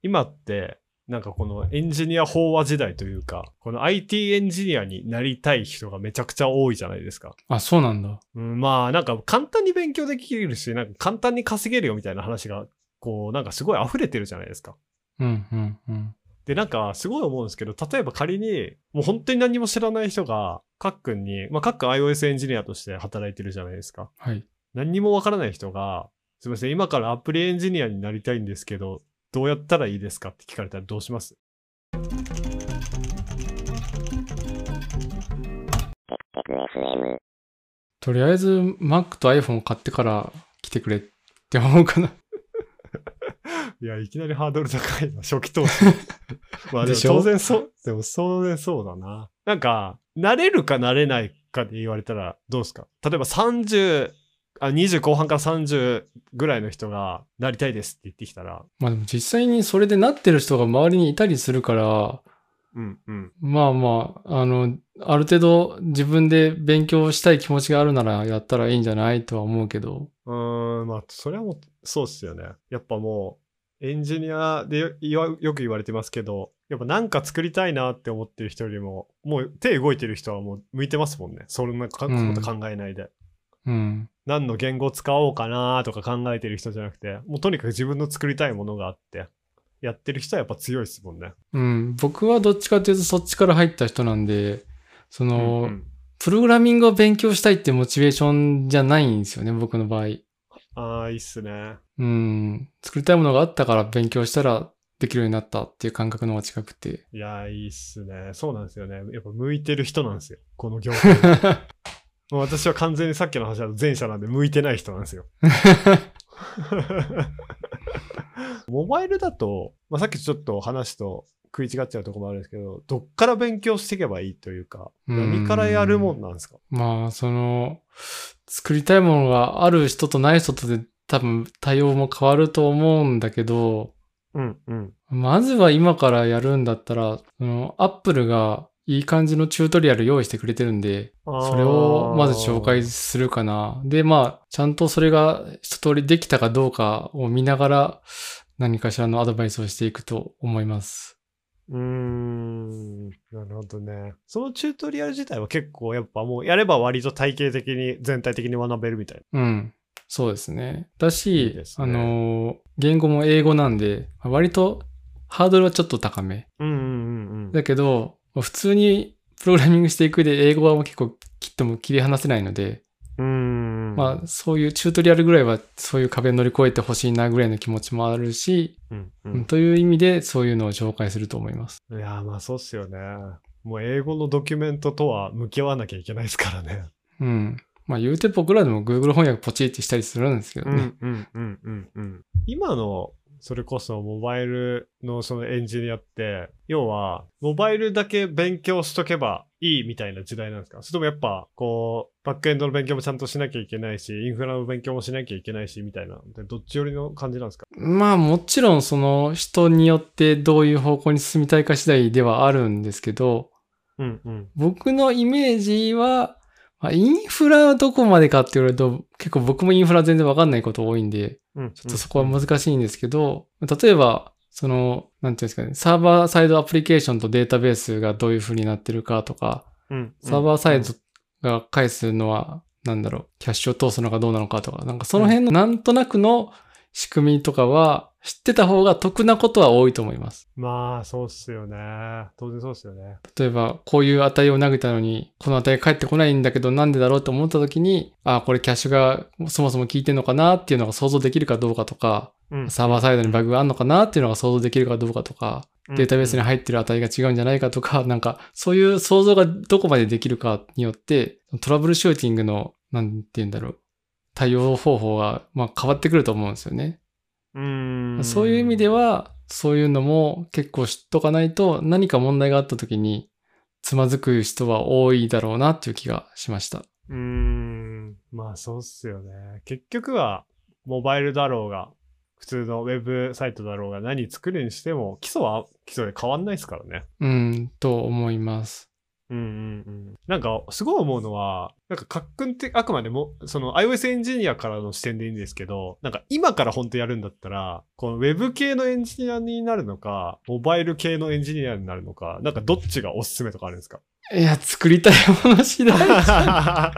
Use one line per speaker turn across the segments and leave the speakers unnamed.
今って、なんかこのエンジニア飽和時代というか、この IT エンジニアになりたい人がめちゃくちゃ多いじゃないですか。
あ、そうなんだ。
うん、まあなんか簡単に勉強できるし、なんか簡単に稼げるよみたいな話が、こうなんかすごい溢れてるじゃないですか。
うん、うん、うん。
で、なんか、すごい思うんですけど、例えば仮に、もう本当に何も知らない人が、カックンに、まあ、カックン iOS エンジニアとして働いてるじゃないですか。
はい。
何にもわからない人が、すいません、今からアプリエンジニアになりたいんですけど、どうやったらいいですかって聞かれたらどうします
とりあえず Mac と iPhone を買ってから来てくれって思うかな。
いや、いきなりハードル高いな、初期投 資。まあでも
でしょ
当然そう、でも当然そうだな。なんか、慣れるか慣れないかで言われたらどうですか例えば30、あ、20後半から30ぐらいの人がなりたいですって言ってきたら、
まあでも実際にそれでなってる人が周りにいたりするから、
うんうん。
まあまあ、あの、ある程度自分で勉強したい気持ちがあるならやったらいいんじゃないとは思うけど。
うーん、まあ、それはもう、そうっすよね。やっぱもう、エンジニアでよいわよく言われてますけど、やっぱなんか作りたいなって思ってる人よりも、もう手動いてる人はもう向いてますもんね。そんなか
うん
こと考えないで。
うん。
何の言語を使おうかなとか考えてる人じゃなくて、もうとにかく自分の作りたいものがあって、やってる人はやっぱ強いですもんね。
うん。僕はどっちかというとそっちから入った人なんで、その、
うんうん
プログラミングを勉強したいってモチベーションじゃないんですよね、僕の場合。
ああ、いいっすね。
うん。作りたいものがあったから勉強したらできるようになったっていう感覚の方が近くて。
いやー、いいっすね。そうなんですよね。やっぱ向いてる人なんですよ。この業界。 もう私は完全にさっきの話だと前者なんで向いてない人なん ですよ。モバイルだと、まあ、さっきちょっと話と食い違っちゃうところもあるんですけど、どっから勉強していけばいいというか、何からやるもんなんですか
まあ、その、作りたいものがある人とない人とで多分対応も変わると思うんだけど、
うんうん。
まずは今からやるんだったら、その、アップルがいい感じのチュートリアル用意してくれてるんで、それをまず紹介するかな。で、まあ、ちゃんとそれが一通りできたかどうかを見ながら、何かしらのアドバイスをしていくと思います。
うーん、なるほどね。そのチュートリアル自体は結構やっぱもうやれば割と体系的に全体的に学べるみたいな。
うん。そうですね。だ
いい
し、
ですね
あの、言語も英語なんで、割とハードルはちょっと高め。
うんうんうんうん。
だけど、普通にプログラミングしていく上で英語はもう結構切っても切り離せないので、
うーん。
まあそういうチュートリアルぐらいはそういう壁乗り越えてほしいなぐらいの気持ちもあるし、
うんう
うんんという意味でそういうのを紹介すると思います。
いやーまあそうっすよね。もう英語のドキュメントとは向き合わなきゃいけないですからね。
うん。まあ言うて僕らでも Google 翻訳ポチってしたりするんですけどね。
うんうんうんうん。今のそれこそモバイルのそのエンジニアって、要はモバイルだけ勉強しとけばいいみたいな時代なんですかそれともやっぱこうバックエンドの勉強もちゃんとしなきゃいけないし、インフラの勉強もしなきゃいけないしみたいな、どっち寄りの感じなんですか
まあもちろんその人によってどういう方向に進みたいか次第ではあるんですけど、
うんうん。
僕のイメージは、まあ、インフラはどこまでかって言われると、結構僕もインフラ全然わかんないこと多いんで、
うん、
ちょっとそこは難しいんですけど、例えば、その、なんていうんですかね、サーバーサイドアプリケーションとデータベースがどういう風になってるかとか、
うん
サーバーサイドが返すのは、なんだろう、キャッシュを通すのがどうなのかとか、なんかその辺のなんとなくの仕組みとかは、知ってた方が得なことは多いと思います。
まあそうっすよね。当然そうっすよね。
例えば、こういう値を投げたのに、この値が返ってこないんだけど、なんでだろうと思った時に、あ、これキャッシュがそもそも効いてんのかなっていうのが想像できるかどうかとか、
うん
サーバーサイドにバグがあるのかなっていうのが想像できるかどうかとか、データベースに
うん
入ってる値が違うんじゃないかとか、 なんか、そういう想像がどこまでできるかによって、トラブルシューティングの、なんて言うんだろう、対応方法が、まあ、変わってくると思うんですよね。
うんうん
そういう意味では、そういうのも結構知っとかないと、何か問題があった時に、つまずく人は多いだろうなっていう気がしました。
うーん、まあそうっすよね。結局は、モバイルだろうが、普通のウェブサイトだろうが、何作るにしても、基礎は基礎で変わんないですからね。
うん、と思います。
ううんうんうん。なんか、すごい思うのは、なんか、かっくんって、あくまでも、その iOS エンジニアからの視点でいいんですけど、なんか、今から本当やるんだったら、この Web 系のエンジニアになるのか、モバイル系のエンジニアになるのか、なんか、どっちがおすすめとかあるんですか
いや、作りたいもの次
い
第。
や、だか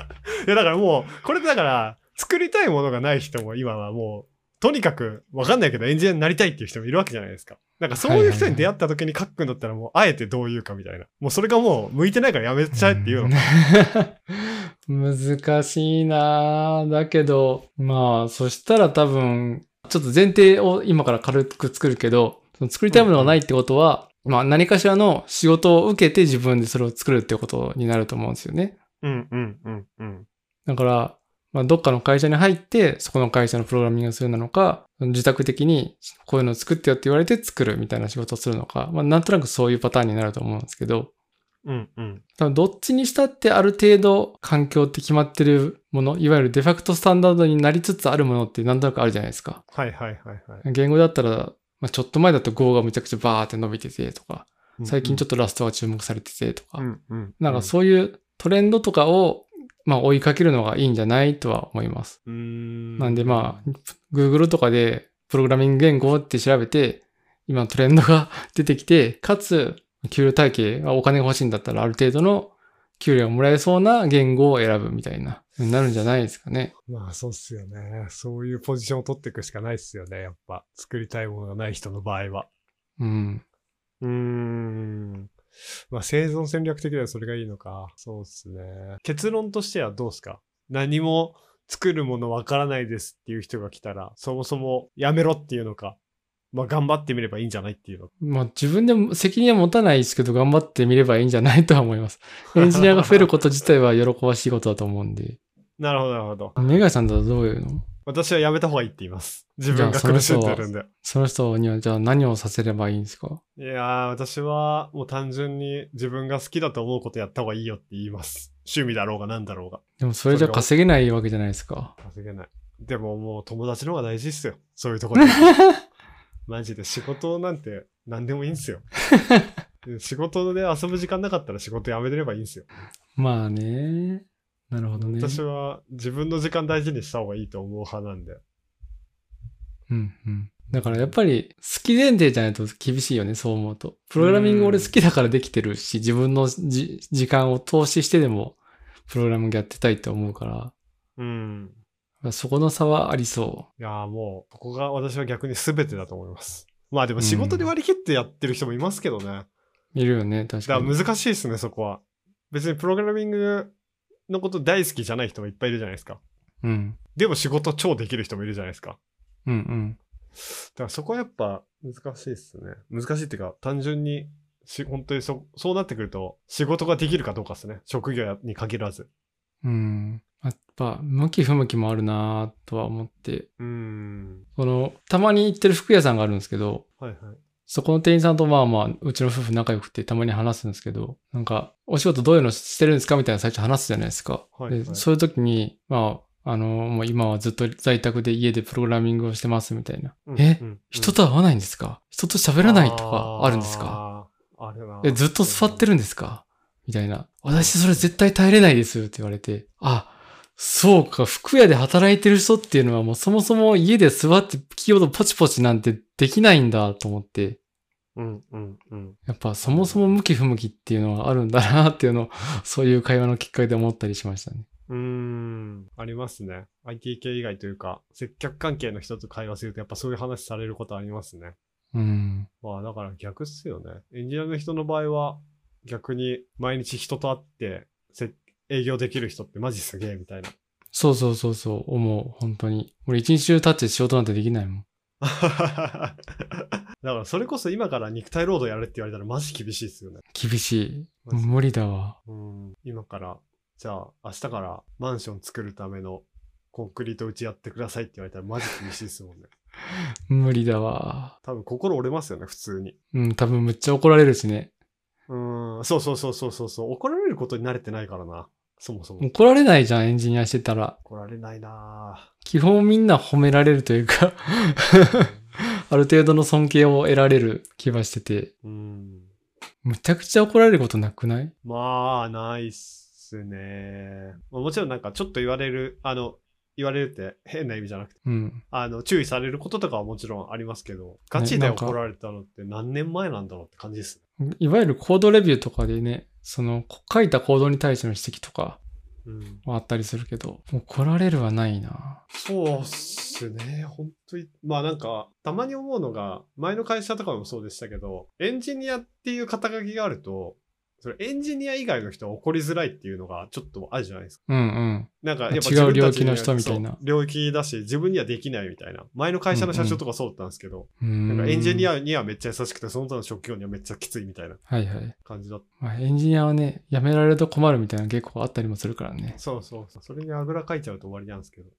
らもう、これだから、作りたいものがない人も今はもう、とにかく、わかんないけど、エンジニアになりたいっていう人もいるわけじゃないですか。なんか、そういう人に出会った時に、かっくんだったら、もう、あえてどう言うかみたいな。もう、それがもう、向いてないからやめちゃえっていうのか
うん 難しいなぁだけど、まあ、そしたら多分、ちょっと前提を今から軽く作るけど、その作りたいものがないってことは、まあ何かしらの仕事を受けて自分でそれを作るってことになると思うんですよね。
うんうんうんうん。
だから、まあどっかの会社に入って、そこの会社のプログラミングをするなのか、自宅的にこういうのを作ってよって言われて作るみたいな仕事をするのか、まあなんとなくそういうパターンになると思うんですけど、
うんうん。
多分どっちにしたってある程度環境って決まってるもの、いわゆるデファクトスタンダードになりつつあるものってなんとなくあるじゃないですか。
はいはいはいはい。
言語だったら、まあ、ちょっと前だと Go がめちゃくちゃバーって伸びててとか、最近ちょ
っ
っとラストが注目されててとか、
うんうん。
なんかそういうトレンドとかを、まあ、追いかけるのがいいんじゃないとは思います。
うーん。
なんでまあ、Google とかでプログラミング言語って調べて、今トレンドが 出てきて、かつ、給料体系がお金が欲しいんだったらある程度の給料がもらえそうな言語を選ぶみたいな、なるんじゃないですかね。
まあそうっすよね。そういうポジションを取っていくしかないっすよね。やっぱ作りたいものがない人の場合は。
うん。
うーん。まあ生存戦略的にはそれがいいのか。そうっすね。結論としてはどうっすか何も作るものわからないですっていう人が来たら、そもそもやめろっていうのか。まあ頑張ってみればいいんじゃないっていうのか。
まあ自分でも責任は持たないですけど頑張ってみればいいんじゃないとは思います。エンジニアが増えること自体は喜ばしいことだと思うんで。
なるほどなるほど。
メガさんだとどういうの
私はやめた方がいいって言います。自分が苦しんでるんで。
その人にはじゃあ何をさせればいいんですか
いやー、私はもう単純に自分が好きだと思うことやった方がいいよって言います。趣味だろうが何だろうが。
でもそれじゃ稼げないわけじゃないですか。
稼げない。でももう友達の方が大事っすよ。そういうと ころに。マジで仕事なんて何でもいいんす よ。仕事で遊ぶ時間なかったら仕事やめてればいいんすよ。
まあね。なるほどね。
私は自分の時間大事にした方がいいと思う派なんで。
うんうん。だからやっぱり好き前提じゃないと厳しいよね、そう思うと。プログラミング俺好きだからできてるし、自分のじ時間を投資してでもプログラミングやってたいと思うか
うん。
ら、そこの差はありそ
いやーもう、ここが私は逆に全てだと思います。まあでも仕事で割り切ってやってる人もいますけどね。
う。いるよね、確か
だか
に。
ら難しいですね、そこは。別にプログラミングのこと大好きじゃない人もいっぱいいるじゃないですか。
うん。
でも仕事超できる人もいるじゃないですか。
うんうん。
だからそこはやっぱ難しいですね。難しいっていうか、単純にし、本当にそ、そうなってくると、仕事ができるかどうかですね。職業に限らず。
うん。やっぱ、向き不向きもあるなぁとは思って。
うーん。
この、たまに行ってる服屋さんがあるんですけど、
はいはい。
そこの店員さんとまあまあ、うちの夫婦仲良くてたまに話すんですけど、なんか、お仕事どういうのしてるんですかみたいな最初話すじゃないですか。
はいはい
でそういう時に、まあ、あの、もう今はずっと在宅で家でプログラミングをしてますみたいな。
うん
え
うん
人と会わないんですか人と喋らないとかあるんですか
あーあるな。
えずっと座ってるんですかみたいな。私それ絶対耐えれないですって言われて、あ、そうか、服屋で働いてる人っていうのはもうそもそも家で座ってキーボードポチポチなんてできないんだと思って、
うんうんうん。
やっぱそもそも向き不向きっていうのはあるんだなっていうのを、 そういう会話のきっかけで思ったりしましたね。
うーん。ありますね。IT 系以外というか、接客関係の人と会話すると、やっぱそういう話されることありますね。
うん。
まあだから逆っすよね。エンジニアの人の場合は逆に毎日人と会ってせ営業できる人ってマジすげえみたいな。
そうそうそうそう、思う、本当に。俺一日中立って仕事なんてできないもん。
だからそれこそ今から肉体労働やれって言われたらマジ厳しいっすよね。
厳しい。
マジ
無理だわ。
うん今から、じゃあ明日からマンション作るためのコンクリート打ちやってくださいって言われたらマジ厳しいっすもんね。
無理だわ。
多分心折れますよね、普通に。
うん、多分むっちゃ怒られるしね。
うん、そうそうそうそうそうそう。怒られることに慣れてないからな。そもそも。
怒られないじゃん、エンジニアしてたら。
怒られないな
基本みんな褒められるというか、
ぁ。
ある程度の尊敬を得られる気はしてて。
うん。
むちゃくちゃ怒られることなくない
まあ、ないっすね。まあもちろんなんかちょっと言われる、あの、言われるって変な意味じゃなくて、
うん。
あの、注意されることとかはもちろんありますけど、ガチで
なんか
怒られたのって何年前なんだろうって感じですね。
いわゆるコードレビューとかでね、そのこ書いたコードに対しての指摘とか
うん。
はあったりするけど、怒られるはないな。
そうっすね。本当に。まあなんか、たまに思うのが、前の会社とかもそうでしたけど、エンジニアっていう肩書きがあると、それエンジニア以外の人は怒りづらいっていうのがちょっとあるじゃないですか。
うんうん。
なんかやっぱ
違う
自分たちに
領域の人みたいな
そう領域だし、自分にはできないみたいな。前の会社の社長とかそうだったんですけど、
うーん
なんかエンジニアにはめっちゃ優しくて、その他の職業にはめっちゃきついみたいな
はいはい。
感じだった。
まあ、エンジニアはね、やめられると困るみたいな結構あったりもするからね。
そうそうそう。それにあぐらかいちゃうと終わりなんですけど。